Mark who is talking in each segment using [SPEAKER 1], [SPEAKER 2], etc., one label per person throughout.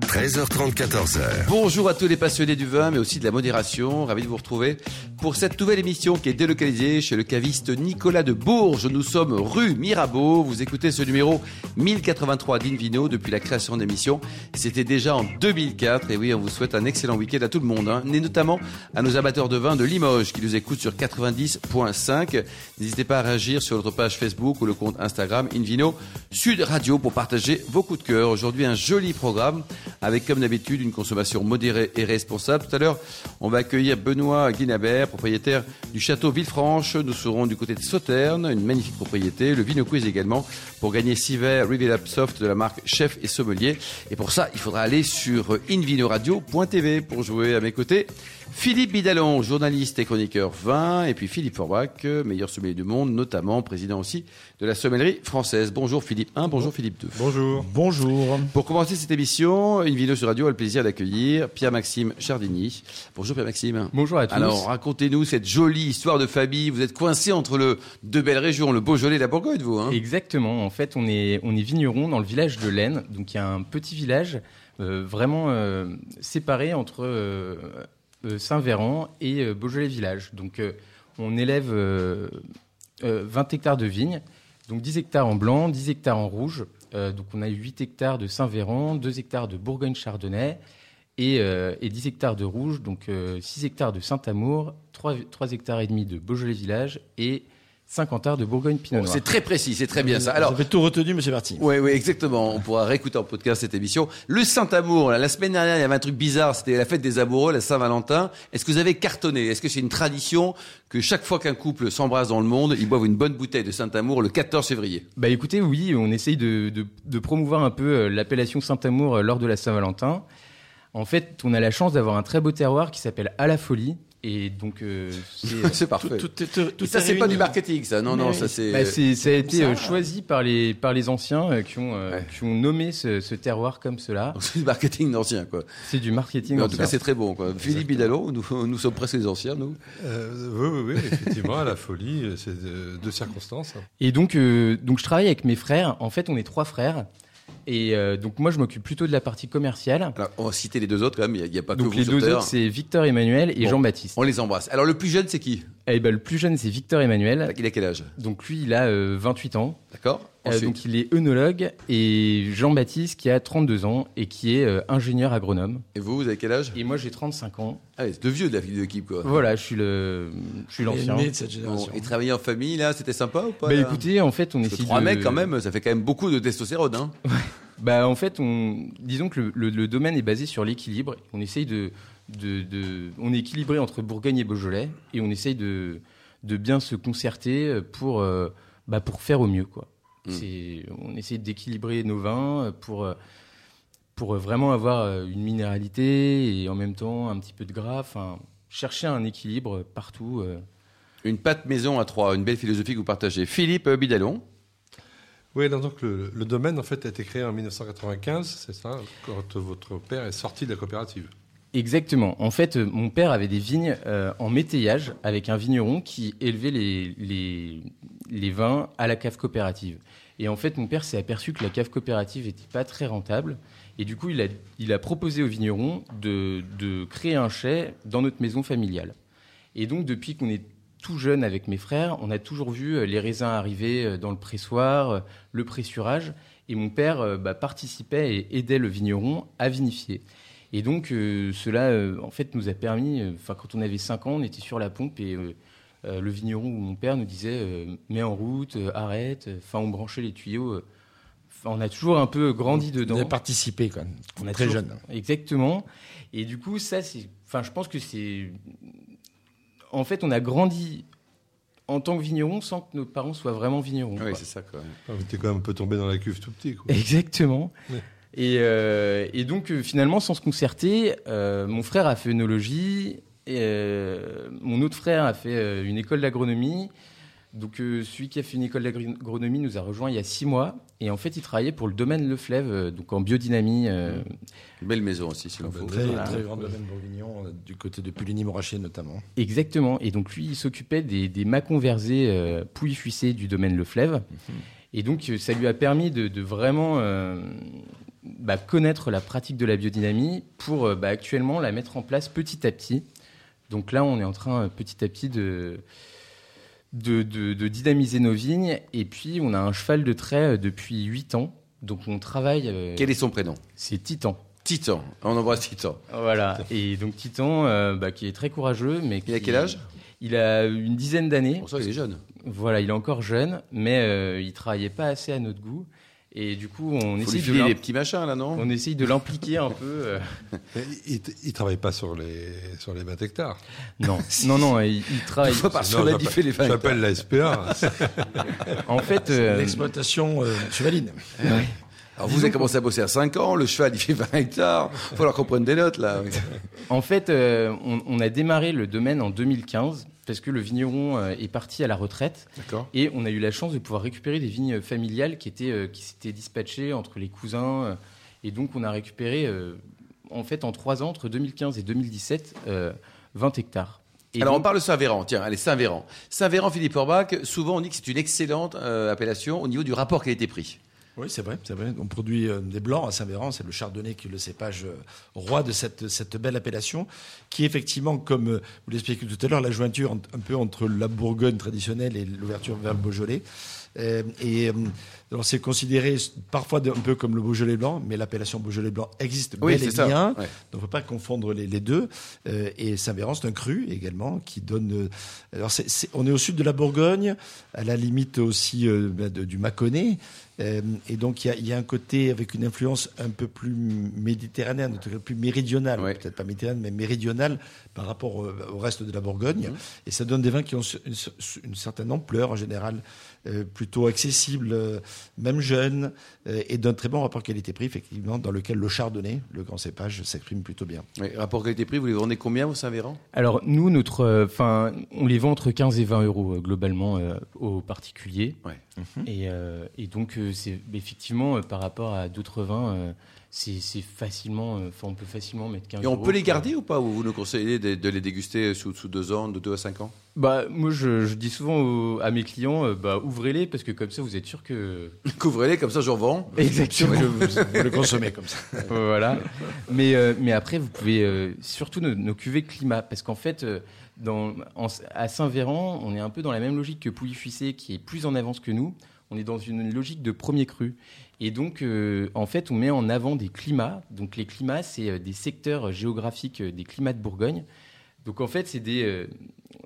[SPEAKER 1] 13h30, 14h.
[SPEAKER 2] Bonjour à tous les passionnés du vin, mais aussi de la modération. Ravi de vous retrouver pour cette nouvelle émission qui est délocalisée chez le caviste Nicolas de Bourges. Nous sommes rue Mirabeau. Vous écoutez ce numéro 1083 d'Invino depuis la création de l'émission. C'était déjà en 2004. Et oui, on vous souhaite un excellent week-end à tout le monde, hein, et notamment à nos amateurs de vin de Limoges qui nous écoutent sur 90.5. N'hésitez pas à réagir sur notre page Facebook ou le compte Instagram Invino Sud Radio pour partager vos coups de cœur. Aujourd'hui, un joli programme avec, comme d'habitude, une consommation modérée et responsable. Tout à l'heure, on va accueillir Benoît Guinabert, propriétaire du château Villefranche. Nous serons du côté de Sauterne, une magnifique propriété. Le Vino Quiz également pour gagner 6 verres Reveal Up Soft de la marque Chef et Sommelier. Et pour ça, il faudra aller sur euh, invinoradio.tv pour jouer à mes côtés. Philippe Bidalon, journaliste et chroniqueur vin, et puis Philippe Forbach, euh, meilleur sommelier du monde, notamment président aussi de la sommellerie française. Bonjour Philippe 1, bonjour Philippe 2.
[SPEAKER 3] Bonjour.
[SPEAKER 4] Bonjour.
[SPEAKER 2] Pour commencer cette émission, une vidéo sur radio a le plaisir d'accueillir Pierre-Maxime Chardini. Bonjour Pierre-Maxime.
[SPEAKER 5] Bonjour à tous.
[SPEAKER 2] Alors racontez-nous cette jolie histoire de famille. Vous êtes coincé entre le deux belles régions, le Beaujolais et la Bourgogne, vous. Hein
[SPEAKER 5] Exactement. En fait, on est, on est vigneron dans le village de Laine. Donc il y a un petit village euh, vraiment euh, séparé entre euh, Saint-Véran et euh, Beaujolais Village. Donc euh, on élève 20 hectares de vignes. Donc 10 hectares en blanc, 10 hectares en rouge. Euh, donc on a 8 hectares de Saint-Véran, 2 hectares de Bourgogne-Chardonnay et, euh, et, 10 hectares de rouge, donc euh, 6 hectares de Saint-Amour, 3, 3 hectares et demi de Beaujolais-Village et 50 hectares de Bourgogne-Pinot Noir.
[SPEAKER 2] C'est très précis, c'est très bien ça. Alors,
[SPEAKER 4] vous avez tout retenu, monsieur Marty.
[SPEAKER 2] Oui, oui, exactement. On pourra réécouter en podcast cette émission. Le Saint-Amour, là, la semaine dernière, il y avait un truc bizarre. C'était la fête des amoureux, la Saint-Valentin. Est-ce que vous avez cartonné Est-ce que c'est une tradition que chaque fois qu'un couple s'embrasse dans le monde, ils boivent une bonne bouteille de Saint-Amour le 14 février
[SPEAKER 5] Bah écoutez, oui, on essaye de, de, de promouvoir un peu euh, l'appellation Saint-Amour euh, lors de la Saint-Valentin. En fait, on a la chance d'avoir un très beau terroir qui s'appelle À la Folie, et donc, euh,
[SPEAKER 2] c'est euh, parfait. Tout, tout, tout, et ça, c'est pas du marketing, ça. Non, Mais non, ça, c'est.
[SPEAKER 5] Bah, ça a été ça, choisi par les, par les anciens euh, qui, ont, ouais. qui ont nommé ce, ce terroir comme cela.
[SPEAKER 2] C'est du marketing d'anciens, quoi.
[SPEAKER 5] C'est du marketing
[SPEAKER 2] Mais En tout cas, c'est très bon, quoi. Exactement. Philippe Hidalgo, nous, nous sommes presque les anciens, nous.
[SPEAKER 3] oui, Euh, oui, oui, effectivement, la folie, euh, c'est de, de, circonstances.
[SPEAKER 5] Et donc, euh, donc, je travaille avec mes frères. En fait, on est trois frères. Et euh, donc moi, je m'occupe plutôt de la partie commerciale.
[SPEAKER 2] Alors, on va citer les deux autres quand même, il n'y a, a, pas
[SPEAKER 5] donc
[SPEAKER 2] que
[SPEAKER 5] les
[SPEAKER 2] Ah, vous
[SPEAKER 5] deux auteurs. autres, c'est Victor Emmanuel et bon, Jean-Baptiste.
[SPEAKER 2] On les embrasse. Alors le plus jeune, c'est qui
[SPEAKER 5] eh ben, Le plus jeune, c'est Victor Emmanuel.
[SPEAKER 2] Il a quel âge
[SPEAKER 5] Donc lui, il a euh, 28 ans.
[SPEAKER 2] D'accord.
[SPEAKER 5] Euh, donc il est œnologue et Jean-Baptiste qui a 32 ans et qui est euh, ingénieur agronome.
[SPEAKER 2] Et vous, vous avez quel âge
[SPEAKER 5] Et moi j'ai 35 ans.
[SPEAKER 2] Ah, c'est deux vieux de la de l'équipe quoi.
[SPEAKER 5] Voilà, je suis le je suis l'ancien.
[SPEAKER 4] de cette génération.
[SPEAKER 2] Bon, et travailler en famille là, c'était sympa ou pas
[SPEAKER 5] Bah écoutez, en fait, on est
[SPEAKER 2] trois de... mecs quand même, ça fait quand même beaucoup de testostérone hein.
[SPEAKER 5] bah en fait, on disons que le, le, le domaine est basé sur l'équilibre, on essaye de, de, de on est équilibré entre Bourgogne et Beaujolais et on essaye de de bien se concerter pour euh, bah, pour faire au mieux quoi. On essaie d'équilibrer nos vins pour, pour vraiment avoir euh, une minéralité et en même temps un petit peu de gras. Enfin, chercher un équilibre partout. euh,
[SPEAKER 2] Une pâte maison à trois, une belle philosophie que vous partagez. Philippe Bidalon.
[SPEAKER 3] Oui, donc le, le domaine en fait a été créé en 1995, c'est ça, quand votre père est sorti de la coopérative.
[SPEAKER 5] Exactement. En fait, euh, mon père avait des vignes euh, en métayage avec un vigneron qui élevait les, les, les, vins à la cave coopérative. Et en fait, mon père s'est aperçu que la cave coopérative n'était pas très rentable. Et du coup, il a, il a proposé au vigneron de, de, créer un chai dans notre maison familiale. Et donc, depuis qu'on est tout jeune avec mes frères, on a toujours vu euh, les raisins arriver euh, dans le pressoir, euh, le pressurage. Et mon père bah, participait et aidait le vigneron à vinifier. Et donc, euh, cela, euh, en fait, nous a permis, enfin, euh, quand on avait 5 ans, on était sur la pompe et euh, le vigneron ou mon père nous disait euh, mets en route, arrête, euh, enfin, on branchait les tuyaux. euh, on a toujours un peu grandi dedans.
[SPEAKER 4] On a participé, quand même. On est très toujours... jeune.
[SPEAKER 5] Exactement. Et du coup, ça, c'est. Enfin, je pense que c'est. En fait, on a grandi en tant que vigneron sans que nos parents soient vraiment vignerons.
[SPEAKER 2] Oui, c'est ça, quand même.
[SPEAKER 3] Ah, T'es quand même un peu tombé dans la cuve tout petit, quoi.
[SPEAKER 5] Exactement. Ouais. Et, euh, et, donc, euh, finalement, sans se concerter, euh, mon frère a fait œnologie, et, euh, mon autre frère a fait euh, une école d'agronomie. Donc, euh, celui qui a fait une école d'agronomie nous a rejoint il y a six mois. Et en fait, il travaillait pour le domaine Le Fleuve, donc en biodynamie. euh,
[SPEAKER 2] Une belle maison aussi, s'il en faut.
[SPEAKER 4] Très, voilà. très grand domaine bourguignon, euh, du côté de Puligny-Morachet notamment.
[SPEAKER 5] euh,
[SPEAKER 2] Mhm.
[SPEAKER 5] Exactement. Et donc, lui, il s'occupait des, des mâcons versés pouilly fuissés du domaine Le Fleuve. Mmh. Et donc, euh, ça lui a permis de, de vraiment euh, bah, connaître la pratique de la biodynamie pour euh, bah, actuellement la mettre en place petit à petit. Donc là, on est en train euh, petit à petit de, de, de- de dynamiser nos vignes. Et puis, on a un cheval de trait euh, depuis 8 ans. Donc, on travaille. euh,
[SPEAKER 2] Quel est son prénom
[SPEAKER 5] C'est Titan.
[SPEAKER 2] Titan. On embrasse Titan.
[SPEAKER 5] Voilà. Et donc, Titan, euh, bah, qui est très courageux. mais
[SPEAKER 2] Il a
[SPEAKER 5] qui-
[SPEAKER 2] quel âge
[SPEAKER 5] Il a une dizaine d'années.
[SPEAKER 2] Pour ça, il est jeune.
[SPEAKER 5] Voilà, il est encore jeune, mais euh, il travaillait pas assez à notre goût. Et du coup, on,
[SPEAKER 2] Faut lui
[SPEAKER 5] essaye de,
[SPEAKER 2] filer
[SPEAKER 5] l'im-
[SPEAKER 2] les petits machins, là, non
[SPEAKER 5] on essaye de l'impliquer un peu. euh.
[SPEAKER 3] Mais Il ne travaille pas sur les, sur les 20 hectares.
[SPEAKER 5] Non, non, non, il, il travaille.
[SPEAKER 2] Faut pas- Parce
[SPEAKER 3] Sinon,
[SPEAKER 2] qu'on a
[SPEAKER 3] j'appelle-
[SPEAKER 2] dit fait les 20
[SPEAKER 3] J'appelle la SPA.
[SPEAKER 5] En fait, euh,
[SPEAKER 4] L'exploitation euh, chevaline.
[SPEAKER 5] ouais.
[SPEAKER 2] Alors, vous avez commencé à bosser à 5 ans, le cheval, il fait 20 hectares. Faut alors qu'on prenne des notes, là.
[SPEAKER 5] en fait euh, on, on a démarré le domaine en 2015 parce que le vigneron euh, est parti à la retraite
[SPEAKER 2] D'accord.
[SPEAKER 5] et on a eu la chance de pouvoir récupérer des vignes familiales qui étaient euh, qui s'étaient dispatchées entre les cousins euh, et donc on a récupéré euh, en fait en trois ans entre 2015 et 2017 euh, 20 hectares. Et
[SPEAKER 2] Alors,
[SPEAKER 5] donc-
[SPEAKER 2] on parle de Saint-Véran. Tiens, allez, Saint-Véran. Saint-Véran, Philippe Orbach, souvent, on dit que c'est une excellente euh, appellation au niveau du rapport qualité-prix.
[SPEAKER 4] Oui, c'est vrai, c'est vrai. On produit euh, des blancs à Saint-Véran, c'est le chardonnay qui est le cépage euh, roi de cette, cette belle appellation, qui effectivement, comme euh, vous l'expliquiez tout à l'heure, la jointure en- un peu entre la Bourgogne traditionnelle et l'ouverture vers le Beaujolais. Euh, et euh, alors, c'est considéré s- parfois de- un peu comme le Beaujolais blanc, mais l'appellation Beaujolais blanc existe bel et bien.
[SPEAKER 2] Ouais.
[SPEAKER 4] Donc, faut pas confondre les, les deux. Euh, et Saint-Véran, c'est un cru également qui donne. euh, alors, c'est- c'est- on est au sud de la Bourgogne, à la limite aussi euh, bah, de- du Mâconnais. Euh, et donc, il y a, il y a un côté avec une influence un peu plus méditerranéenne, en tout cas plus méridionale,
[SPEAKER 2] Ouais.
[SPEAKER 4] peut-être pas méditerranéenne, mais méridionale par rapport au, au reste de la Bourgogne. Et ça donne des vins qui ont une, une certaine ampleur en général, euh, plutôt accessible, euh, même jeune, euh, et d'un très bon rapport qualité-prix, effectivement, dans lequel le chardonnay, le grand cépage, s'exprime plutôt bien.
[SPEAKER 2] Ouais, Rapport qualité-prix, vous les vendez combien, au Saint-Véran
[SPEAKER 5] Alors nous, notre, euh, enfin, on les vend entre 15 et 20 euros euh, globalement euh, aux particuliers.
[SPEAKER 2] Ouais.
[SPEAKER 5] Et, euh, et donc euh, c'est effectivement euh, par rapport à d'autres vins, euh, c'est c'est facilement, euh, 'fin, on peut facilement mettre 15
[SPEAKER 2] Et on
[SPEAKER 5] euros
[SPEAKER 2] peut les
[SPEAKER 5] pour-
[SPEAKER 2] garder ou pas Ou vous nous conseillez de, de les déguster sous, sous deux ans, de deux à cinq ans
[SPEAKER 5] Bah moi, je, je dis souvent aux- à mes clients, euh, bah ouvrez-les parce que comme ça, vous êtes sûr que
[SPEAKER 2] Couvrez-les, comme ça je revends.
[SPEAKER 5] exactement.
[SPEAKER 4] Vous le consommez comme ça.
[SPEAKER 5] voilà. Mais, euh, mais après, vous pouvez euh, surtout nos, nos cuvées climat, parce qu'en fait, euh, dans, en- à Saint-Véran, on est un peu dans la même logique que Pouilly-Fuissé, qui est plus en avance que nous. On est dans une logique de premier cru. Et donc, euh, en fait, on met en avant des climats. Donc, les climats, c'est euh, des secteurs géographiques euh, des climats de Bourgogne. Donc, en fait, c'est des, euh,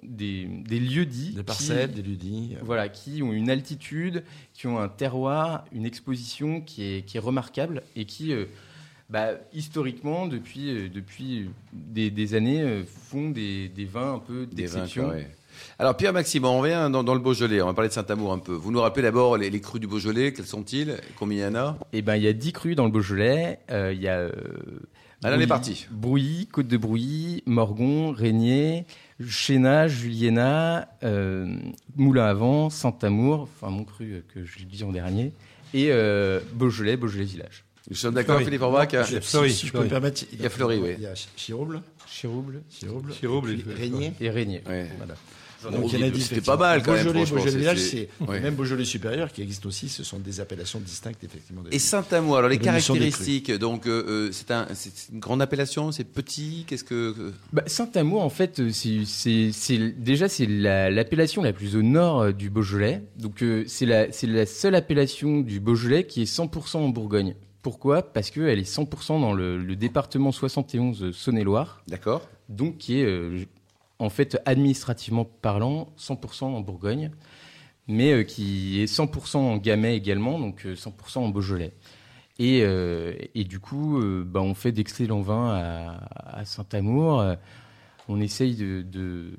[SPEAKER 5] des, des lieux dits.
[SPEAKER 4] Des
[SPEAKER 5] qui-
[SPEAKER 4] parcelles, des ludis.
[SPEAKER 2] euh,
[SPEAKER 5] voilà, qui ont une altitude, qui ont un terroir, une exposition qui est, qui est remarquable et qui, euh, bah, historiquement, depuis, euh, depuis des, des années, euh, font des, des vins un peu
[SPEAKER 2] Des vins,
[SPEAKER 5] d'exception.
[SPEAKER 2] quoi, ouais. Alors Pierre Maxime, on revient dans, dans le Beaujolais, on va parler de Saint-Amour un peu. Vous nous rappelez d'abord les, les crus du Beaujolais, quels sont-ils Combien il y en a
[SPEAKER 5] Eh ben, il y a 10 crus dans le Beaujolais. euh, Il y a. euh,
[SPEAKER 2] Allez, on est
[SPEAKER 5] Brouilly-
[SPEAKER 2] parti.
[SPEAKER 5] Brouilly, Côte de Brouilly, Morgon, Régnier, Chéna, Juliena, euh, Moulin à Vent, Saint-Amour, enfin mon cru euh, que je dis en dernier, et euh, Beaujolais, Beaujolais Village.
[SPEAKER 2] Nous sommes d'accord,
[SPEAKER 3] Fleury.
[SPEAKER 2] Philippe Orbach
[SPEAKER 3] Il y a
[SPEAKER 4] Si-
[SPEAKER 3] Fleury,
[SPEAKER 4] si je peux
[SPEAKER 3] Fleury.
[SPEAKER 4] me permettre,
[SPEAKER 2] Il y a Fleury, oui.
[SPEAKER 4] Il y a Chi- Chirouble,
[SPEAKER 5] Chirouble
[SPEAKER 4] Chirouble,
[SPEAKER 3] Chirouble,
[SPEAKER 4] et
[SPEAKER 3] il
[SPEAKER 4] puis
[SPEAKER 3] fait-
[SPEAKER 4] Régnier.
[SPEAKER 5] et Régnier.
[SPEAKER 2] Ouais.
[SPEAKER 5] Voilà.
[SPEAKER 4] Donc, il y en a
[SPEAKER 2] C'était
[SPEAKER 4] dix,
[SPEAKER 2] pas
[SPEAKER 4] effectivement.
[SPEAKER 2] mal, quand même,
[SPEAKER 4] Beaujolais,
[SPEAKER 2] franchement,
[SPEAKER 4] Beaujolais Village,
[SPEAKER 2] c'est-
[SPEAKER 4] c'est
[SPEAKER 2] ouais.
[SPEAKER 4] même Beaujolais supérieur qui existe aussi. Ce sont des appellations distinctes, effectivement. des-
[SPEAKER 2] Et Saint-Amour, alors les
[SPEAKER 4] Nous sommes des crus.
[SPEAKER 2] caractéristiques, donc euh, euh, c'est un, c'est- c'est une grande appellation, c'est petit, qu'est-ce que... que-
[SPEAKER 5] Bah, Saint-Amour, en fait, euh, c'est- c'est c'est- déjà c'est la- l'appellation la, plus au nord euh, du Beaujolais. Donc euh, c'est la, c'est la seule appellation du Beaujolais qui est 100% en Bourgogne. Pourquoi Parce qu'elle est 100% dans le, le département 71 euh, Saône-et-Loire,
[SPEAKER 2] D'accord
[SPEAKER 5] donc qui est euh, en fait administrativement parlant 100% en Bourgogne, mais euh, qui est 100% en Gamay également, donc euh, 100% en Beaujolais. Et, euh, et du coup, euh, bah, on fait d'excellents vins à, à Saint-Amour. Euh, On essaye de, de-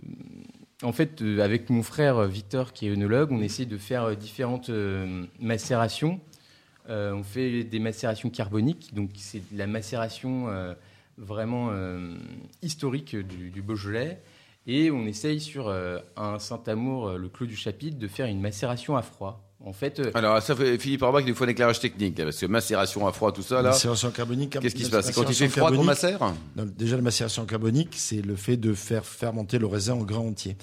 [SPEAKER 5] en fait, euh, avec mon frère euh, Victor qui est œnologue, on essaye de faire euh, différentes euh, macérations. Euh, on fait des macérations carboniques, donc c'est de la macération euh, vraiment euh, historique du, du Beaujolais. Et on essaye sur euh, un Saint-Amour, euh, le Clos du Chapitre, de faire une macération à froid. En fait, euh,
[SPEAKER 2] Alors ça, fait- Philippe Orbach, il nous faut un éclairage technique, là, parce que macération à froid, tout ça, là,
[SPEAKER 4] Macération carbonique.
[SPEAKER 2] qu'est-ce qui se
[SPEAKER 4] la-
[SPEAKER 2] passe C'est quand il
[SPEAKER 4] macération
[SPEAKER 2] fait froid qu'on
[SPEAKER 4] carbonique,
[SPEAKER 2] macère
[SPEAKER 4] Non, déjà, la macération carbonique, c'est le fait de faire fermenter le raisin en grain entier.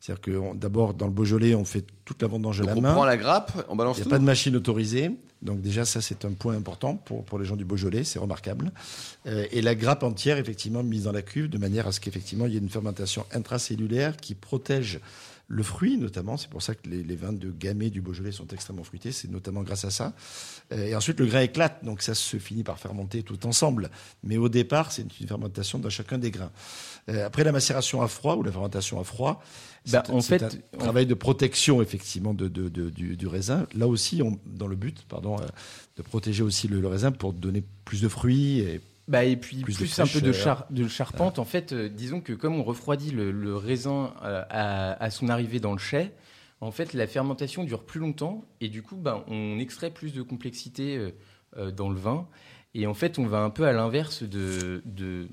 [SPEAKER 4] C'est-à-dire que on- d'abord, dans le Beaujolais, on fait toute la vendange à
[SPEAKER 2] Donc
[SPEAKER 4] la
[SPEAKER 2] on
[SPEAKER 4] main.
[SPEAKER 2] prend la grappe, on balance
[SPEAKER 4] Il n'y
[SPEAKER 2] tout.
[SPEAKER 4] a pas de machine autorisée. Donc déjà, ça, c'est un point important pour, pour les gens du Beaujolais. C'est remarquable. Euh, et la grappe entière, effectivement, mise dans la cuve de manière à ce qu'effectivement, il y ait une fermentation intracellulaire qui protège le fruit, notamment. C'est pour ça que les, les vins de gamay du Beaujolais sont extrêmement fruités. C'est notamment grâce à ça. Euh, et ensuite, le grain éclate. Donc ça se finit par fermenter tout ensemble. Mais au départ, c'est une fermentation dans chacun des grains. Euh, après, la macération à froid ou la fermentation à froid,
[SPEAKER 5] Bah,
[SPEAKER 4] c'est-
[SPEAKER 5] en
[SPEAKER 4] c'est
[SPEAKER 5] fait,
[SPEAKER 4] un
[SPEAKER 5] on-
[SPEAKER 4] travail de protection effectivement de, de- de- du, du raisin. Là aussi, on- dans le but, pardon, euh, de protéger aussi le, le raisin pour donner plus de fruits. Et
[SPEAKER 5] Bah et puis
[SPEAKER 4] Plus
[SPEAKER 5] plus,
[SPEAKER 4] de
[SPEAKER 5] un peu de,
[SPEAKER 4] fraîcheur.
[SPEAKER 5] char- de charpente. En fait, euh, disons que comme on refroidit le, le raisin euh, à, à son arrivée dans le chai, en fait, la fermentation dure plus longtemps et du coup, bah, on extrait plus de complexité euh, euh, dans le vin. Et en fait, on va un peu à l'inverse de, de-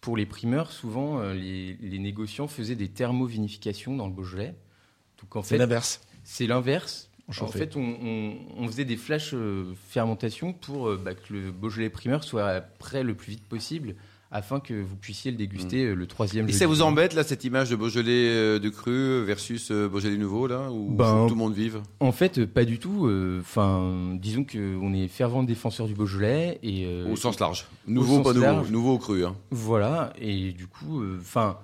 [SPEAKER 5] Pour les primeurs, souvent, euh, les, les négociants faisaient des thermovinifications dans le Beaujolais. Donc en
[SPEAKER 4] c'est
[SPEAKER 5] fait,
[SPEAKER 4] l'inverse.
[SPEAKER 5] c'est l'inverse.
[SPEAKER 4] On
[SPEAKER 5] En
[SPEAKER 4] chauffait.
[SPEAKER 5] fait, on, on- on faisait des flash euh, fermentation pour euh, bah, que le Beaujolais primeur soit prêt le plus vite possible afin que vous puissiez le déguster euh, le troisième
[SPEAKER 2] Mm. Et
[SPEAKER 5] jeudi.
[SPEAKER 2] ça vous embête là cette image de Beaujolais euh, de cru versus euh, Beaujolais nouveau là où
[SPEAKER 5] Ben,
[SPEAKER 2] faut que tout le monde vive
[SPEAKER 5] En fait, euh, pas du tout. Enfin, disons qu'on est fervent défenseur du Beaujolais et euh,
[SPEAKER 2] au sens large. Nouveau
[SPEAKER 5] sens
[SPEAKER 2] pas nouveau,
[SPEAKER 5] large.
[SPEAKER 2] nouveau cru hein.
[SPEAKER 5] Voilà, et du coup, euh, enfin,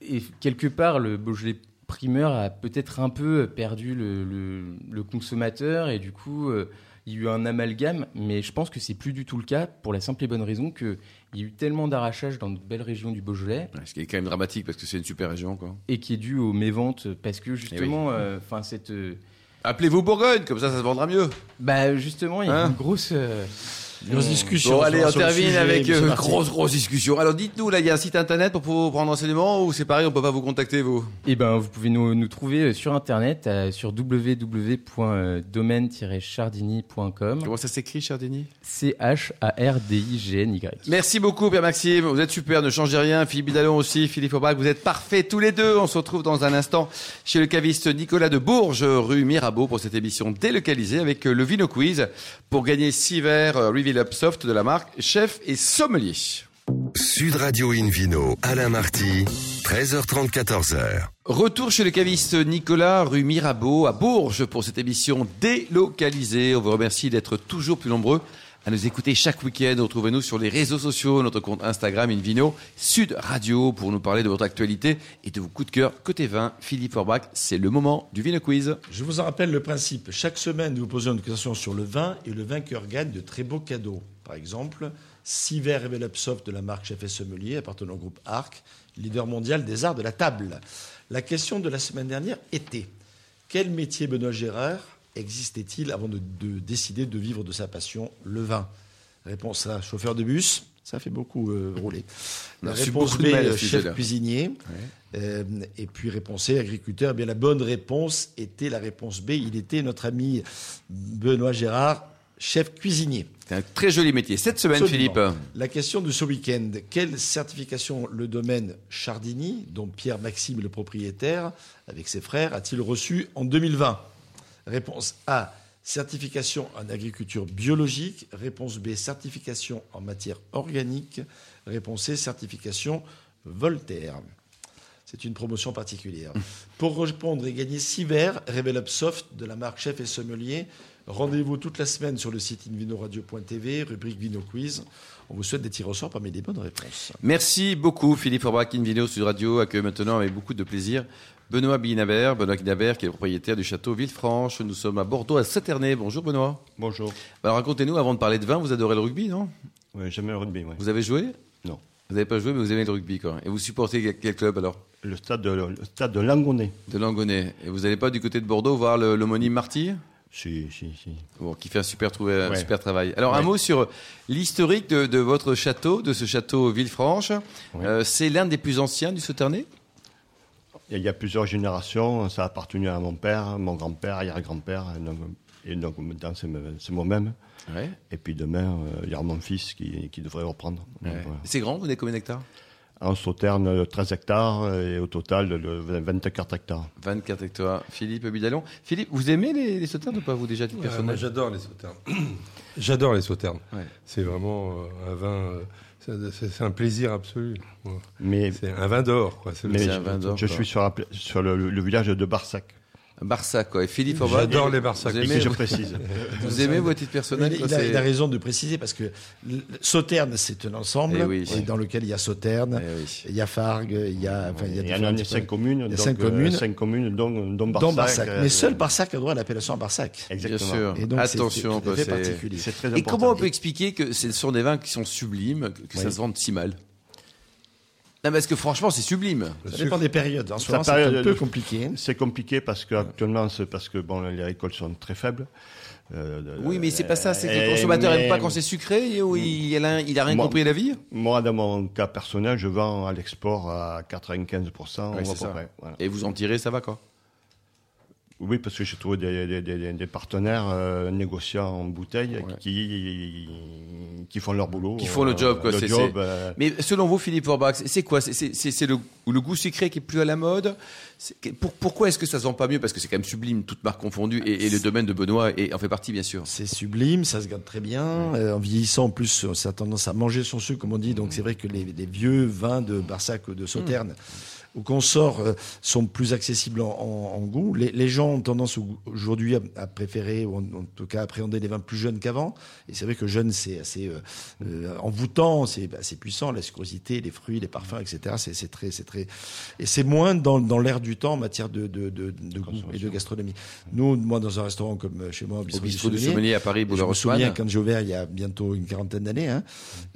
[SPEAKER 5] et quelque part, le Beaujolais primeur a peut-être un peu perdu le, le- le consommateur, et du coup, euh, il y a eu un amalgame, mais je pense que c'est plus du tout le cas, pour la simple et bonne raison qu'il y a eu tellement d'arrachages dans de belles régions du Beaujolais,
[SPEAKER 2] Ouais, Ce qui est quand même dramatique parce que c'est une super région quoi.
[SPEAKER 5] et qui est dû aux méventes, parce que justement, enfin, cette. euh,
[SPEAKER 2] Appelez-vous Bourgogne comme ça ça se vendra mieux.
[SPEAKER 5] bah, justement, il y a
[SPEAKER 2] Hein
[SPEAKER 5] une grosse. euh,
[SPEAKER 4] Grosse discussion.
[SPEAKER 2] Bon, allez, on
[SPEAKER 4] sur le
[SPEAKER 2] termine
[SPEAKER 4] sujet,
[SPEAKER 2] avec
[SPEAKER 4] monsieur
[SPEAKER 2] euh,
[SPEAKER 4] Martin.
[SPEAKER 2] grosse, grosse discussion. Alors, dites-nous, là, il y a un site internet pour pouvoir prendre renseignement ou c'est pareil, on peut pas vous contacter, vous
[SPEAKER 5] Eh ben, vous pouvez nous, nous trouver euh, sur internet euh, sur euh, www.domaine-chardini.com.
[SPEAKER 2] ça s'écrit, cher Denis
[SPEAKER 5] C-H-A-R-D-I-G-N-Y.
[SPEAKER 2] Merci beaucoup, Pierre-Maxime. Vous êtes super, ne changez rien. Philippe Bidalon aussi, Philippe Aubrac, vous êtes parfaits tous les deux. On se retrouve dans un instant chez le caviste Nicolas de Bourges, rue Mirabeau, pour cette émission délocalisée avec euh, le Vino Quiz pour gagner 6 verres euh, Reveal Up Soft de la marque Chef et Sommelier.
[SPEAKER 1] Sud Radio Invino, Alain Marty, 13h30, 14h.
[SPEAKER 2] Retour chez le caviste Nicolas, rue Mirabeau, à Bourges, pour cette émission délocalisée. On vous remercie d'être toujours plus nombreux à nous écouter chaque week-end. Retrouvez-nous sur les réseaux sociaux, notre compte Instagram Invino Sud Radio, pour nous parler de votre actualité et de vos coups de cœur côté vin. Philippe Forbach, c'est le moment du Vino Quiz.
[SPEAKER 4] Je vous en rappelle le principe. Chaque semaine, nous vous posons une question sur le vin et le vainqueur gagne de très beaux cadeaux. Par exemple, 6 verres Rebel Up Soft de la marque Chef et Sommelier appartenant au groupe Arc, leader mondial des arts de la table. La question de la semaine dernière était quel métier Benoît Gérard existait-il avant de, de décider de vivre de sa passion, le vin Réponse A chauffeur de bus. Ça fait beaucoup euh, rouler.
[SPEAKER 2] On a reçu
[SPEAKER 4] réponse
[SPEAKER 2] beaucoup
[SPEAKER 4] B
[SPEAKER 2] de mails à ce
[SPEAKER 4] chef
[SPEAKER 2] sujet-là.
[SPEAKER 4] cuisinier. Euh, et puis réponse C, agriculteur. Eh bien, la bonne réponse était la réponse B. Il était notre ami Benoît Gérard, chef cuisinier.
[SPEAKER 2] C'est un très joli métier. Cette semaine, Philippe.
[SPEAKER 4] Absolument. La question de ce week-end quelle certification le domaine Chardini, dont Pierre Maxime est le propriétaire, avec ses frères, a-t-il reçu en 2020 Réponse A certification en agriculture biologique. Réponse B certification en matière organique. Réponse C certification Voltaire. C'est une promotion particulière. Pour répondre et gagner 6 verres, Rebel Up Soft de la marque Chef et Sommelier, rendez-vous toute la semaine sur le site invinoradio.tv, rubrique Vino Quiz. On vous souhaite des tirs au sort parmi les bonnes réponses.
[SPEAKER 2] Merci beaucoup Philippe Aubrac, Invino Sud Radio accueille maintenant avec beaucoup de plaisir Benoît Guinabert, Benoît Guinabert qui est le propriétaire du château Villefranche. Nous sommes à Bordeaux, à Saternay. Bonjour Benoît. Bah,
[SPEAKER 6] Bonjour.
[SPEAKER 2] Alors racontez-nous, avant de parler de vin, vous adorez le rugby, non
[SPEAKER 6] Ouais, j'aime le rugby, ouais.
[SPEAKER 2] Vous avez joué
[SPEAKER 6] Non.
[SPEAKER 2] Vous n'avez pas joué, mais vous aimez le rugby, quoi. Et vous supportez quel- quel club, alors
[SPEAKER 6] Le stade de, le stade de Langonnet.
[SPEAKER 2] De Langonnet. Et vous n'allez pas du côté de Bordeaux voir le- l'homonyme Marty
[SPEAKER 6] Si, si, si.
[SPEAKER 2] Bon, qui fait un super, trouvé- un
[SPEAKER 6] Ouais.
[SPEAKER 2] super travail. Alors, un mot sur l'historique de, de votre château, de ce château Villefranche.
[SPEAKER 6] Ouais.
[SPEAKER 2] Euh, c'est l'un des plus anciens du Sauternay
[SPEAKER 6] Il y a plusieurs générations, ça a appartenu à mon père, mon grand-père, arrière-grand-père, et donc, et donc, maintenant c'est me- c'est moi-même.
[SPEAKER 2] Ouais.
[SPEAKER 6] Et puis demain, euh, il y aura mon fils qui, qui devrait reprendre. Donc, voilà.
[SPEAKER 2] C'est grand, vous avez combien d'hectares
[SPEAKER 6] En sauterne, euh, 13 hectares, et au total, le 24 hectares.
[SPEAKER 2] 24 hectares. Philippe Bidalon. Philippe, vous aimez les, les sauternes ou pas, vous, déjà, du
[SPEAKER 3] Ouais, moi,
[SPEAKER 2] personnage
[SPEAKER 3] j'adore les sauternes. J'adore les sauternes.
[SPEAKER 2] Ouais.
[SPEAKER 3] C'est vraiment euh, un vin. euh, c'est- c'est c'est un plaisir absolu. Ouais.
[SPEAKER 6] Mais,
[SPEAKER 3] C'est un vin d'or, quoi. C'est le-
[SPEAKER 6] mais
[SPEAKER 2] c'est
[SPEAKER 6] je,
[SPEAKER 2] un vin d'or,
[SPEAKER 6] je
[SPEAKER 2] quoi.
[SPEAKER 6] suis sur, la pla- sur le, le- le village de Barsac.
[SPEAKER 2] Barça, quoi. Et Philippe Horvath,
[SPEAKER 3] J'adore les
[SPEAKER 2] vous
[SPEAKER 3] Barsacs.
[SPEAKER 2] aimez,
[SPEAKER 6] Si je
[SPEAKER 2] vous-
[SPEAKER 6] précise.
[SPEAKER 2] vous aimez vos titres personnels
[SPEAKER 4] Mais il,
[SPEAKER 2] quoi,
[SPEAKER 4] a,
[SPEAKER 2] c'est-
[SPEAKER 4] il a raison de préciser parce que le- le- Sauternes, c'est un ensemble
[SPEAKER 2] Eh oui.
[SPEAKER 4] et dans lequel il y a Sauternes,
[SPEAKER 2] Eh oui.
[SPEAKER 4] il y a Fargues, il y a, enfin, il y a
[SPEAKER 6] Il y en
[SPEAKER 4] différents
[SPEAKER 6] a
[SPEAKER 4] types-
[SPEAKER 6] cinq communes.
[SPEAKER 4] Il y a
[SPEAKER 6] donc,
[SPEAKER 4] cinq
[SPEAKER 6] euh,
[SPEAKER 4] communes.
[SPEAKER 6] cinq communes, dont, dont Barsac.
[SPEAKER 4] dont Barsac.
[SPEAKER 6] euh,
[SPEAKER 4] Mais seul Barsac a droit à l'appellation Barsac.
[SPEAKER 2] Bien
[SPEAKER 6] Exactement.
[SPEAKER 2] sûr.
[SPEAKER 4] Et donc, c'est-
[SPEAKER 2] Attention,
[SPEAKER 4] c'est tout à
[SPEAKER 2] quoi,
[SPEAKER 4] fait
[SPEAKER 2] c'est-
[SPEAKER 4] particulier.
[SPEAKER 6] C'est très
[SPEAKER 2] Et
[SPEAKER 6] important.
[SPEAKER 2] comment on peut expliquer que ce sont des vins qui sont sublimes, que que ça
[SPEAKER 6] Oui.
[SPEAKER 2] se vende si mal Non, mais parce que franchement, c'est sublime.
[SPEAKER 3] Le
[SPEAKER 4] Ça
[SPEAKER 3] sucre.
[SPEAKER 4] dépend des périodes. En ce
[SPEAKER 6] Ça
[SPEAKER 4] moment, c'est
[SPEAKER 6] période-
[SPEAKER 4] un peu compliqué.
[SPEAKER 6] C'est compliqué parce qu'actuellement, c'est parce que bon, les récoltes sont très faibles. Euh,
[SPEAKER 2] Oui, mais c'est pas ça. C'est que
[SPEAKER 6] euh,
[SPEAKER 2] le consommateur
[SPEAKER 6] mais
[SPEAKER 2] n'aime pas quand c'est sucré ou il, il a, il a rien
[SPEAKER 6] Moi-
[SPEAKER 2] compris à la vie
[SPEAKER 6] Moi, dans mon cas personnel, je vends à l'export à 95%.
[SPEAKER 2] Ouais,
[SPEAKER 6] ou à
[SPEAKER 2] c'est
[SPEAKER 6] peu
[SPEAKER 2] ça.
[SPEAKER 6] près, voilà.
[SPEAKER 2] Et vous en tirez, ça va quoi
[SPEAKER 6] Oui, parce que j'ai trouvé des, des- des- des partenaires euh, négociants en bouteille
[SPEAKER 2] Ouais.
[SPEAKER 6] qui, qui font leur boulot.
[SPEAKER 2] Qui font le
[SPEAKER 6] euh,
[SPEAKER 2] job, quoi,
[SPEAKER 6] le
[SPEAKER 2] c'est-
[SPEAKER 6] job,
[SPEAKER 2] c'est-
[SPEAKER 6] euh,
[SPEAKER 2] Mais selon vous, Philippe Forbach, c'est- c'est quoi C'est- C'est c'est- c'est le, le goût sucré qui est plus à la mode C'est- que- pour- Pourquoi est-ce que ça se vend pas mieux Parce que c'est quand même sublime, toute marque confondue, et, et le domaine de Benoît est- en fait partie, bien sûr.
[SPEAKER 4] C'est sublime, ça se garde très bien. Euh, en vieillissant, en plus, euh, ça a tendance à manger son sucre, comme on dit. Donc, c'est vrai que les, les vieux vins de Barsac ou de Sauternes ou qu'on sort euh, sont plus accessibles en, en- en goût. Les, les gens ont tendance au- aujourd'hui à, à préférer, ou en, en tout cas à appréhender des vins plus jeunes qu'avant. Et c'est vrai que jeune, c'est assez euh, euh, envoûtant, c'est bah, c'est puissant, la sucrosité, les fruits, les parfums, etc. C'est c'est très, c'est très, et c'est moins dans, dans l'air du temps en matière de, de, de, de goût et de gastronomie. Nous, moi, dans un restaurant comme euh, chez moi, au
[SPEAKER 2] Au
[SPEAKER 4] Bistrot du
[SPEAKER 2] bistrot du
[SPEAKER 4] Sommelier,
[SPEAKER 2] sommelier à Paris,
[SPEAKER 4] je me souviens
[SPEAKER 2] Boulogne-Rochman.
[SPEAKER 4] quand j'ai ouvert il y a bientôt une quarantaine d'années, hein,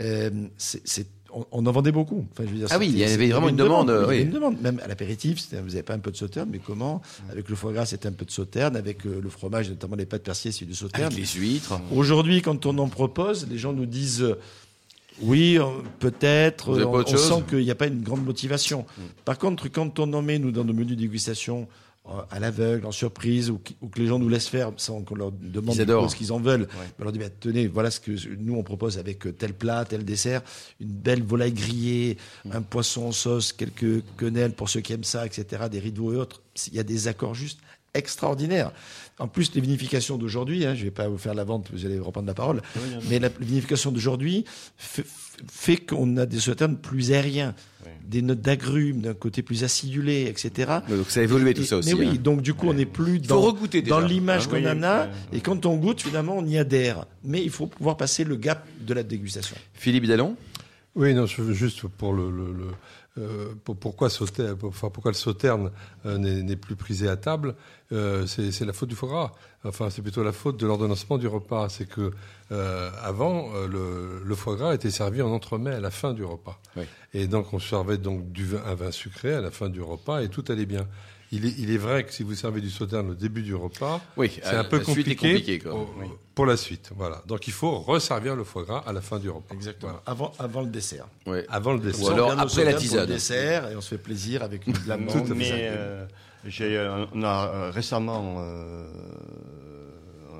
[SPEAKER 4] euh, c'est- c'est- on, on en vendait beaucoup. Enfin, je veux dire,
[SPEAKER 2] Ah oui,
[SPEAKER 4] c'était-
[SPEAKER 2] il y avait
[SPEAKER 4] c'était-
[SPEAKER 2] vraiment une demande,
[SPEAKER 4] oui, il y avait
[SPEAKER 2] oui.
[SPEAKER 4] une demande. Même à l'apéritif, c'était- vous n'avez pas un peu de sauterne, mais comment Avec le foie gras, c'était un peu de sauterne. Avec euh, le fromage, notamment les pâtes persillées, c'est du sauterne.
[SPEAKER 2] Avec les huîtres.
[SPEAKER 4] Aujourd'hui, quand on en propose, les gens nous disent euh, oui, euh, peut-être.
[SPEAKER 2] Vous avez
[SPEAKER 4] euh,
[SPEAKER 2] pas
[SPEAKER 4] On,
[SPEAKER 2] autre
[SPEAKER 4] on
[SPEAKER 2] chose Mm.
[SPEAKER 4] sent qu'il n'y a pas une grande motivation. Par contre, quand on en met, nous, dans nos menus dégustation, euh, à l'aveugle, en surprise, ou, qui- ou que les gens nous laissent faire sans qu'on leur demande
[SPEAKER 2] Ils
[SPEAKER 4] du
[SPEAKER 2] adorent.
[SPEAKER 4] coup ce qu'ils en veulent, on leur dit bah, tenez, voilà ce que nous on propose avec euh, tel plat, tel dessert, une belle volaille grillée, un poisson en sauce, quelques quenelles pour ceux qui aiment ça, etc., des rideaux et autres. Il y a des accords juste extraordinaires. En plus, les vinifications d'aujourd'hui, hein, je vais pas vous faire la vente, vous allez reprendre la parole, mais la vinification d'aujourd'hui fait, fait qu'on a des sauternes plus aériens, des notes d'agrumes, d'un côté plus acidulé, etc.
[SPEAKER 2] Donc ça a évolué tout
[SPEAKER 4] Et-
[SPEAKER 2] ça aussi.
[SPEAKER 4] mais oui,
[SPEAKER 2] hein.
[SPEAKER 4] donc du coup, on n'est plus
[SPEAKER 2] Faut
[SPEAKER 4] dans,
[SPEAKER 2] regoûter déjà.
[SPEAKER 4] dans l'image
[SPEAKER 6] Ah
[SPEAKER 4] qu'on
[SPEAKER 6] oui,
[SPEAKER 4] en a.
[SPEAKER 6] euh,
[SPEAKER 4] Et quand on goûte, finalement, on y adhère. Mais il faut pouvoir passer le gap de la dégustation.
[SPEAKER 2] Philippe Dallon
[SPEAKER 3] Oui, non, je veux juste pour le, le- le- euh, pour- pourquoi sauter, enfin pourquoi le sauterne euh, n'est n'est plus prisé à table, euh, c'est c'est la faute du foie gras. Enfin, c'est plutôt la faute de l'ordonnancement du repas. C'est que euh, avant, euh, le, le foie gras était servi en entremets à la fin du repas.
[SPEAKER 2] Oui.
[SPEAKER 3] Et donc, on servait donc du vin, un vin sucré à la fin du repas et tout allait bien. Il est, il est vrai que si vous servez du sauterne au début du repas,
[SPEAKER 2] Oui,
[SPEAKER 3] c'est
[SPEAKER 2] euh,
[SPEAKER 3] un peu
[SPEAKER 2] la suite est compliquée,
[SPEAKER 3] compliqué,
[SPEAKER 2] quoi.
[SPEAKER 3] au- pour la suite. Voilà. Donc, il faut resservir le foie gras à la fin du repas. Voilà.
[SPEAKER 4] Avant, avant le dessert.
[SPEAKER 2] Ouais.
[SPEAKER 3] Avant le dessert.
[SPEAKER 2] Ou alors
[SPEAKER 4] On garde nos
[SPEAKER 2] après
[SPEAKER 4] sauternes
[SPEAKER 2] la
[SPEAKER 4] pour
[SPEAKER 2] tisane.
[SPEAKER 4] Le dessert, et on se fait plaisir avec une de la
[SPEAKER 6] Non,
[SPEAKER 4] menthe.
[SPEAKER 6] mais euh, j'ai, euh, on a euh, récemment euh, euh,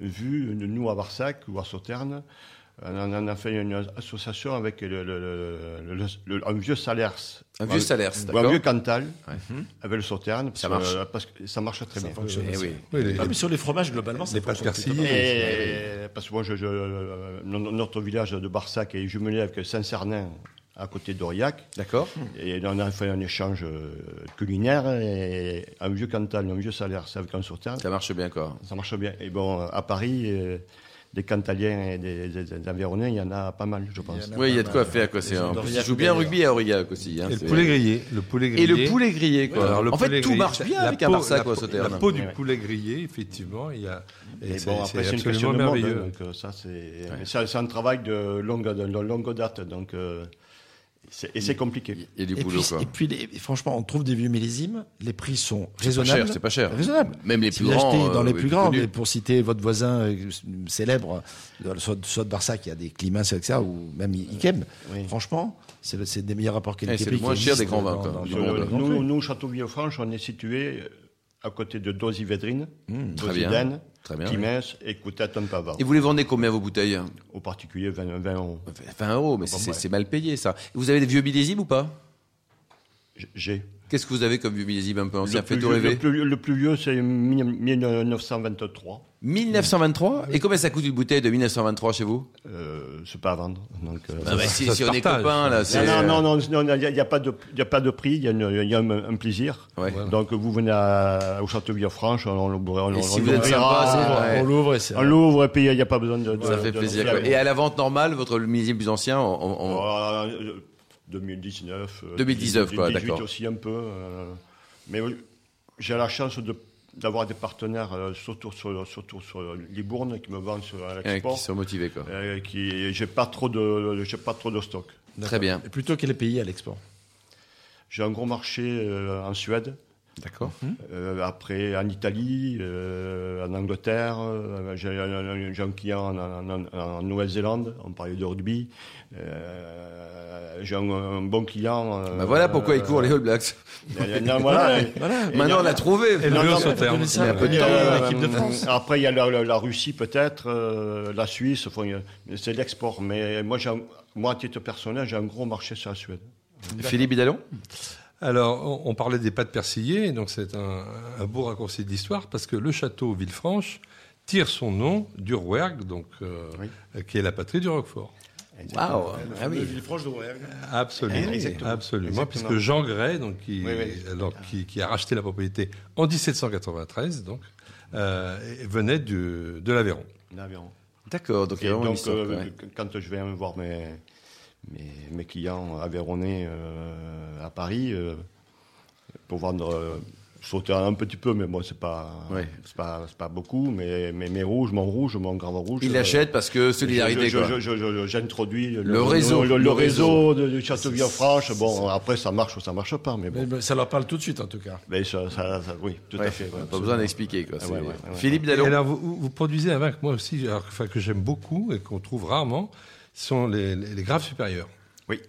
[SPEAKER 6] vu, nous à Barsac ou à Sauternes, on en- on a fait une association avec le, le- le- le- le- un vieux Salers.
[SPEAKER 2] Un vieux salaire,
[SPEAKER 6] Ou Un
[SPEAKER 2] d'accord
[SPEAKER 6] vieux Cantal, Mhm. avec le Sauternes. parce
[SPEAKER 2] Ça
[SPEAKER 6] que- euh,
[SPEAKER 2] marche.
[SPEAKER 6] parce que ça marche très bien.
[SPEAKER 2] Eh oui.
[SPEAKER 3] Oui, les-
[SPEAKER 4] Ah, mais sur les fromages, globalement, ça
[SPEAKER 3] Les pâtes
[SPEAKER 4] fonctionne plutôt
[SPEAKER 3] persillées.
[SPEAKER 4] pas mal.
[SPEAKER 6] Et parce que moi, je, je- euh, no- notre village de Barsac est jumelé avec Saint-Cernin, à côté d'Aurillac.
[SPEAKER 2] D'accord
[SPEAKER 6] Et on a fait un échange euh, culinaire et un vieux Cantal, un vieux salaire, c'est avec un sautin.
[SPEAKER 2] Ça marche bien, quoi.
[SPEAKER 6] Ça marche bien. Et bon, à Paris, euh, des Cantaliens et des, des, des Aveyronnais, il y en a pas mal, je pense.
[SPEAKER 4] Il y en
[SPEAKER 2] Oui, il y a de quoi
[SPEAKER 4] bah,
[SPEAKER 2] faire, quoi.
[SPEAKER 4] les
[SPEAKER 2] C'est
[SPEAKER 4] gens
[SPEAKER 2] un-
[SPEAKER 4] d'Aurillac,
[SPEAKER 2] Ils jouent bien au
[SPEAKER 4] d'ailleurs.
[SPEAKER 2] rugby à Aurillac aussi. hein,
[SPEAKER 3] Et le
[SPEAKER 2] c'est-
[SPEAKER 3] poulet grillé. Le poulet grillé.
[SPEAKER 2] Et le poulet grillé, quoi.
[SPEAKER 3] Oui, alors le
[SPEAKER 2] en fait,
[SPEAKER 3] poulet
[SPEAKER 2] tout
[SPEAKER 3] grillé,
[SPEAKER 2] marche bien
[SPEAKER 3] la
[SPEAKER 2] avec un
[SPEAKER 3] peau-
[SPEAKER 2] Barça,
[SPEAKER 3] la
[SPEAKER 2] quoi,
[SPEAKER 3] peau-
[SPEAKER 2] Sauternes.
[SPEAKER 3] La peau du
[SPEAKER 6] Ouais.
[SPEAKER 3] poulet grillé, effectivement, il y a. et
[SPEAKER 6] Mais
[SPEAKER 3] c'est-
[SPEAKER 6] bon, après,
[SPEAKER 3] c'est
[SPEAKER 6] c'est une question
[SPEAKER 3] absolument
[SPEAKER 6] de mode,
[SPEAKER 3] merveilleux.
[SPEAKER 6] hein, donc euh, ça, c'est mais ça, c'est un travail de longue, de longue date, donc euh, c'est- et c'est compliqué.
[SPEAKER 2] Il y a du
[SPEAKER 4] Et
[SPEAKER 2] boulot,
[SPEAKER 4] puis,
[SPEAKER 2] quoi.
[SPEAKER 4] et puis les- franchement, on trouve des vieux millésimes. Les prix sont
[SPEAKER 2] Pas
[SPEAKER 4] raisonnables.
[SPEAKER 2] cher, c'est pas cher.
[SPEAKER 4] Raisonnables.
[SPEAKER 2] Même les
[SPEAKER 4] Si
[SPEAKER 2] plus
[SPEAKER 4] vous
[SPEAKER 2] grands.
[SPEAKER 4] achetez dans
[SPEAKER 2] euh,
[SPEAKER 4] les
[SPEAKER 2] oui,
[SPEAKER 4] plus grands,
[SPEAKER 2] connus.
[SPEAKER 4] mais pour citer votre voisin euh, célèbre, euh, soit, soit de Barsac, il y a des climats, etc., ou même Ikem,
[SPEAKER 6] Oui.
[SPEAKER 4] franchement, c'est le- c'est des meilleurs rapports qualité-prix.
[SPEAKER 2] Euh, Eh, c'est le
[SPEAKER 4] qui
[SPEAKER 2] moins cher des
[SPEAKER 4] existent
[SPEAKER 2] grands vins,
[SPEAKER 4] dans-
[SPEAKER 2] quoi.
[SPEAKER 4] dans-
[SPEAKER 2] Du
[SPEAKER 4] dans-
[SPEAKER 2] monde.
[SPEAKER 4] dans-
[SPEAKER 6] Nous, nous, Château-Vieux-Franche, on est situé à côté de Dozy-Védrine,
[SPEAKER 2] Hmm, Très bien.
[SPEAKER 6] Dozy-Denne,
[SPEAKER 2] Très bien,
[SPEAKER 6] Timès et Coutet-Tempavard.
[SPEAKER 2] Et vous les vendez combien, vos bouteilles
[SPEAKER 6] Au particulier, 20, 20 euros.
[SPEAKER 2] 20 euros, mais c'est- c'est c'est mal payé, ça. Vous avez des vieux millésimes ou pas
[SPEAKER 6] J- J'ai.
[SPEAKER 2] Qu'est-ce que vous avez comme vieux millésime un peu ancien
[SPEAKER 6] Le plus,
[SPEAKER 2] Faites-nous
[SPEAKER 6] vieux, le,
[SPEAKER 2] rêver.
[SPEAKER 6] plus, le plus vieux, c'est 1923.
[SPEAKER 2] 1923 Et combien ça coûte une bouteille de 1923 chez vous
[SPEAKER 6] Euh, c'est pas à vendre. Donc, euh,
[SPEAKER 2] Ah bah, Si
[SPEAKER 3] ça
[SPEAKER 2] si
[SPEAKER 3] se
[SPEAKER 2] on est
[SPEAKER 3] partage.
[SPEAKER 2] copains, là, c'est. euh,
[SPEAKER 6] non, non, non, non, non, il n'y a, il y a pas de, il y a pas de prix, il y a, une- il y a un, un plaisir.
[SPEAKER 2] Ouais. Voilà.
[SPEAKER 6] Donc vous venez à- au château Villefranche, on, on, l'ouvre- on,
[SPEAKER 2] Et si
[SPEAKER 6] on
[SPEAKER 2] vous êtes
[SPEAKER 6] l'ouvrira,
[SPEAKER 2] sympa, c'est
[SPEAKER 6] on-
[SPEAKER 2] vrai.
[SPEAKER 4] Ah, On l'ouvre et c'est.
[SPEAKER 6] on l'ouvre et puis il n'y a pas besoin de. de-
[SPEAKER 2] Ça fait
[SPEAKER 6] de-
[SPEAKER 2] plaisir.
[SPEAKER 6] de-
[SPEAKER 2] quoi. Et à la vente normale, votre millésime plus ancien, on- on- on-
[SPEAKER 6] Voilà, euh, 2019. euh,
[SPEAKER 2] 2019, quoi,
[SPEAKER 6] 2018
[SPEAKER 2] d'accord.
[SPEAKER 6] aussi un peu. euh, mais euh, j'ai la chance de- d'avoir des partenaires, euh, surtout sur, surtout sur Libourne, qui me vendent sur à
[SPEAKER 2] euh,
[SPEAKER 6] l'export.
[SPEAKER 2] qui sont motivés quoi.
[SPEAKER 6] euh, qui, j'ai pas trop de, j'ai pas trop de stock.
[SPEAKER 2] Très bien.
[SPEAKER 4] Et Plutôt qu'elle est payée à l'export.
[SPEAKER 6] J'ai un gros marché euh, en Suède.
[SPEAKER 2] D'accord.
[SPEAKER 6] Euh, après, en Italie, euh, en Angleterre, euh, j'ai un- j'ai un client en, en- en- en Nouvelle-Zélande, on parlait de rugby. Euh, j'ai un, un bon client. euh,
[SPEAKER 2] Bah voilà pourquoi ils courent les All Blacks.
[SPEAKER 6] euh, non, voilà.
[SPEAKER 4] Voilà.
[SPEAKER 2] Maintenant on l'a trouvé.
[SPEAKER 3] Et le
[SPEAKER 6] Non,
[SPEAKER 3] vieux
[SPEAKER 6] non,
[SPEAKER 3] se
[SPEAKER 6] mais-
[SPEAKER 3] terme.
[SPEAKER 4] mais ça,
[SPEAKER 2] Il y a peu de
[SPEAKER 6] Et,
[SPEAKER 2] temps,
[SPEAKER 6] euh,
[SPEAKER 4] l'équipe de France.
[SPEAKER 6] Après, il y a la, la- la Russie peut-être, euh, la Suisse, enfin, il y a- c'est l'export. Mais moi, j'ai un- moi, à titre personnel, j'ai un gros marché sur la Suède.
[SPEAKER 2] Philippe Bidalon
[SPEAKER 3] Alors, on, on parlait des pâtes persillées, donc c'est un, un beau raccourci de l'histoire parce que le château Villefranche tire son nom du Rouergue, donc euh, qui est la patrie du Roquefort.
[SPEAKER 2] Waouh. Ah oui.
[SPEAKER 4] Villefranche de Rouergue.
[SPEAKER 3] Absolument,
[SPEAKER 6] Eh Exactement.
[SPEAKER 3] absolument,
[SPEAKER 6] Exactement.
[SPEAKER 3] puisque Jean Gray, donc qui,
[SPEAKER 6] Oui, oui.
[SPEAKER 3] alors, qui, qui a racheté la propriété en 1793, donc euh, et- venait du- de l'Aveyron.
[SPEAKER 6] L'Aveyron.
[SPEAKER 2] D'accord. Donc il y
[SPEAKER 6] Et
[SPEAKER 2] a vraiment une
[SPEAKER 6] donc,
[SPEAKER 2] histoire.
[SPEAKER 6] euh,
[SPEAKER 2] quoi, ouais.
[SPEAKER 6] qu- quand je vais voir mes, mes, mes clients aveyronnais euh, à Paris, euh, pour vendre euh, sauter un petit peu, mais bon, c'est pas,
[SPEAKER 2] Ouais.
[SPEAKER 6] c'est pas, c'est pas beaucoup, mais, mais mes rouges, mon rouge, mon grand rouge.
[SPEAKER 2] Il
[SPEAKER 6] euh,
[SPEAKER 2] l'achète parce que solidarité
[SPEAKER 6] je-
[SPEAKER 2] quoi.
[SPEAKER 6] je- je- je- je- J'introduis le,
[SPEAKER 2] réseau.
[SPEAKER 6] le, le
[SPEAKER 2] Le réseau.
[SPEAKER 6] réseau de- du château Villefranche. Bon, après ça marche ou ça marche pas, mais bon.
[SPEAKER 4] Ça leur parle tout de suite en tout cas.
[SPEAKER 6] Mais ça, ça- ça- oui, tout
[SPEAKER 2] Ouais,
[SPEAKER 6] à fait. ouais,
[SPEAKER 2] Pas
[SPEAKER 6] absolument.
[SPEAKER 2] besoin d'expliquer quoi.
[SPEAKER 6] Ah,
[SPEAKER 2] c'est-
[SPEAKER 6] ouais, ouais, ouais.
[SPEAKER 2] Philippe
[SPEAKER 3] Et
[SPEAKER 2] Bidalon.
[SPEAKER 3] alors, vous, vous produisez un vin que moi aussi, alors, enfin, que j'aime beaucoup et qu'on trouve rarement, sont les, les- les graves supérieurs.
[SPEAKER 6] Oui.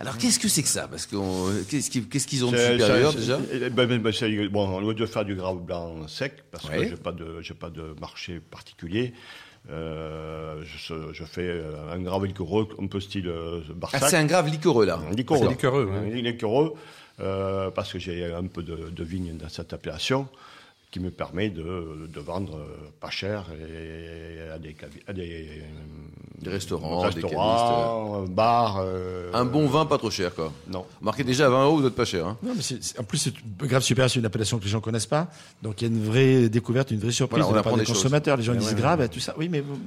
[SPEAKER 2] Alors qu'est-ce que c'est que ça Parce qu'on qu'est-ce qu'ils qu'est-ce qu'ils ont de
[SPEAKER 6] C'est-
[SPEAKER 2] supérieur
[SPEAKER 6] c'est-
[SPEAKER 2] déjà
[SPEAKER 6] c'est- eh ben, ben, ben, c'est- Bon, au lieu de faire du grave blanc sec, parce
[SPEAKER 2] Ouais.
[SPEAKER 6] que j'ai pas de j'ai pas de marché particulier. euh, je, je fais euh, un grave liquoreux, un peu style euh, Barsac.
[SPEAKER 2] Ah, c'est un grave liquoreux là.
[SPEAKER 6] Un liquoreux.
[SPEAKER 3] C'est liquoreux, oui.
[SPEAKER 6] Un liquoreux, euh, parce que j'ai un peu de, de vigne dans cette appellation qui me permet de, de vendre euh, pas cher et à des, cavi- à des,
[SPEAKER 2] Des restaurants, des
[SPEAKER 6] restaurants, bars. euh,
[SPEAKER 2] Un bon vin pas trop cher quoi.
[SPEAKER 6] Non.
[SPEAKER 2] Marquez déjà 20 euros, vous êtes pas cher. Hein.
[SPEAKER 4] Non, mais c'est- c'est- en plus, c'est grave super, c'est une appellation que les gens connaissent pas. Donc, il y a une vraie découverte, une vraie surprise
[SPEAKER 2] Voilà, on
[SPEAKER 4] de la part
[SPEAKER 2] apprend
[SPEAKER 4] des
[SPEAKER 2] des choses.
[SPEAKER 4] consommateurs. Les gens disent grave, tout ça. Oui, mais vous-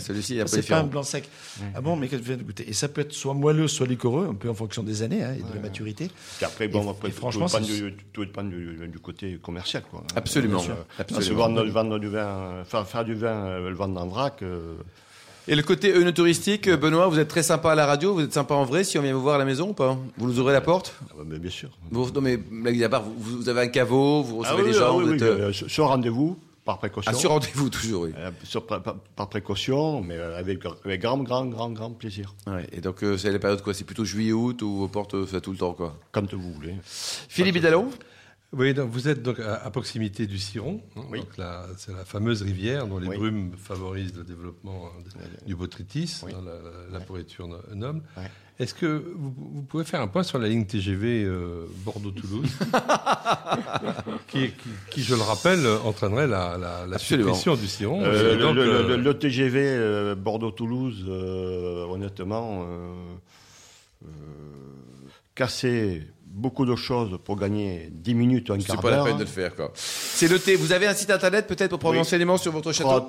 [SPEAKER 2] Celui-ci il est un peu
[SPEAKER 4] c'est pas un
[SPEAKER 2] différent.
[SPEAKER 4] blanc sec. Ah bon, mais qu'est-ce que vous venez de goûter Et ça peut être soit moelleux, soit liquoreux, un peu en fonction des années hein, et de la maturité.
[SPEAKER 6] Puis après, bon,
[SPEAKER 4] Et-
[SPEAKER 6] après,
[SPEAKER 4] et
[SPEAKER 6] tout,
[SPEAKER 4] franchement,
[SPEAKER 6] dépend
[SPEAKER 4] c'est-
[SPEAKER 6] du, tout dépend du, du côté commercial. Quoi.
[SPEAKER 2] Absolument,
[SPEAKER 6] Parce que,
[SPEAKER 2] absolument.
[SPEAKER 6] parce que vendre, vendre du vin, euh, faire, faire du vin, euh, le vendre en vrac, euh,
[SPEAKER 2] Et le côté œnotouristique, Benoît, vous êtes très sympa à la radio, vous êtes sympa en vrai si on vient vous voir à la maison ou pas Vous nous ouvrez la porte
[SPEAKER 6] ah bah, mais bien sûr.
[SPEAKER 2] Vous- Non mais blague à part, vous, vous avez un caveau, vous recevez
[SPEAKER 6] Ah
[SPEAKER 2] les
[SPEAKER 6] oui,
[SPEAKER 2] gens,
[SPEAKER 6] ah oui,
[SPEAKER 2] vous
[SPEAKER 6] oui,
[SPEAKER 2] êtes euh,
[SPEAKER 6] euh, sur- sur rendez-vous, par précaution.
[SPEAKER 2] à sur rendez-vous toujours. Oui.
[SPEAKER 6] Euh, sur- par, par- par précaution, mais euh, avec, avec grand, grand, grand, grand plaisir.
[SPEAKER 2] Ouais, et donc euh, c'est la période quoi C'est plutôt juillet, août ou vos portes euh, ça tout le temps quoi
[SPEAKER 6] Quand vous voulez.
[SPEAKER 2] Philippe Hidalgo
[SPEAKER 3] Oui, donc vous êtes donc à, à proximité du Ciron, hein,
[SPEAKER 6] Oui.
[SPEAKER 3] donc la- c'est la fameuse rivière dont les
[SPEAKER 6] Oui.
[SPEAKER 3] brumes favorisent le développement hein, de- du botrytis,
[SPEAKER 6] Oui.
[SPEAKER 3] hein, la, la- la pourriture no- noble.
[SPEAKER 6] Ouais.
[SPEAKER 3] Est-ce que vous, vous pouvez faire un point sur la ligne TGV euh, Bordeaux-Toulouse, qui, qui- qui, je le rappelle, entraînerait la, la, la
[SPEAKER 2] Absolument.
[SPEAKER 3] suppression du Ciron
[SPEAKER 6] Euh,
[SPEAKER 3] Et
[SPEAKER 6] le,
[SPEAKER 3] donc,
[SPEAKER 6] le-
[SPEAKER 3] euh,
[SPEAKER 6] le- le TGV euh, Bordeaux-Toulouse, euh, honnêtement, euh, euh, casser beaucoup de choses pour gagner 10 minutes ou un
[SPEAKER 2] C'est
[SPEAKER 6] quart
[SPEAKER 2] pas la
[SPEAKER 6] d'heure. hein.
[SPEAKER 2] peine de le faire quoi. C'est noté, vous avez un site internet peut-être pour prendre
[SPEAKER 6] Oui.
[SPEAKER 2] renseignement sur votre château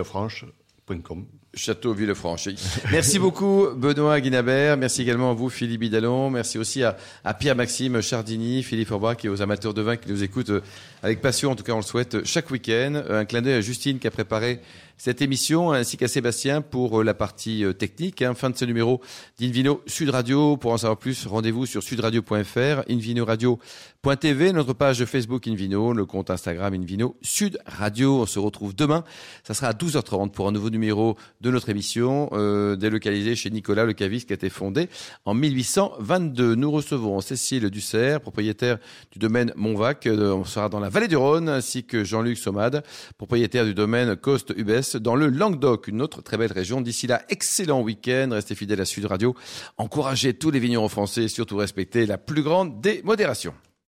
[SPEAKER 6] www.chateauvillefranche.com
[SPEAKER 2] Château Villefranche. Merci beaucoup Benoît Guinabert, merci également à vous Philippe Bidalon, merci aussi à, à Pierre-Maxime Chardini, Philippe Orbach et aux amateurs de vin qui nous écoutent euh, avec passion, en tout cas on le souhaite, euh, chaque week-end. Euh, Un clin d'œil à Justine qui a préparé cette émission, ainsi qu'à Sébastien pour euh, la partie euh, technique. hein. Fin de ce numéro d'Invino Sud Radio. Pour en savoir plus, rendez-vous sur sudradio.fr, invinoradio.tv, notre page Facebook Invino, le compte Instagram Invino Sud Radio. On se retrouve demain, ça sera à 12h30 pour un nouveau numéro de notre émission, euh, délocalisée chez Nicolas Le Caviste, qui a été fondée en 1822. Nous recevons Cécile Dussert, propriétaire du domaine Montvac, euh, on sera dans la vallée du Rhône, ainsi que Jean-Luc Somade, propriétaire du domaine Coste Ubès, dans le Languedoc, une autre très belle région. D'ici là, excellent week-end, restez fidèles à Sud Radio, encouragez tous les vignerons français, et surtout respectez la plus grande des modérations.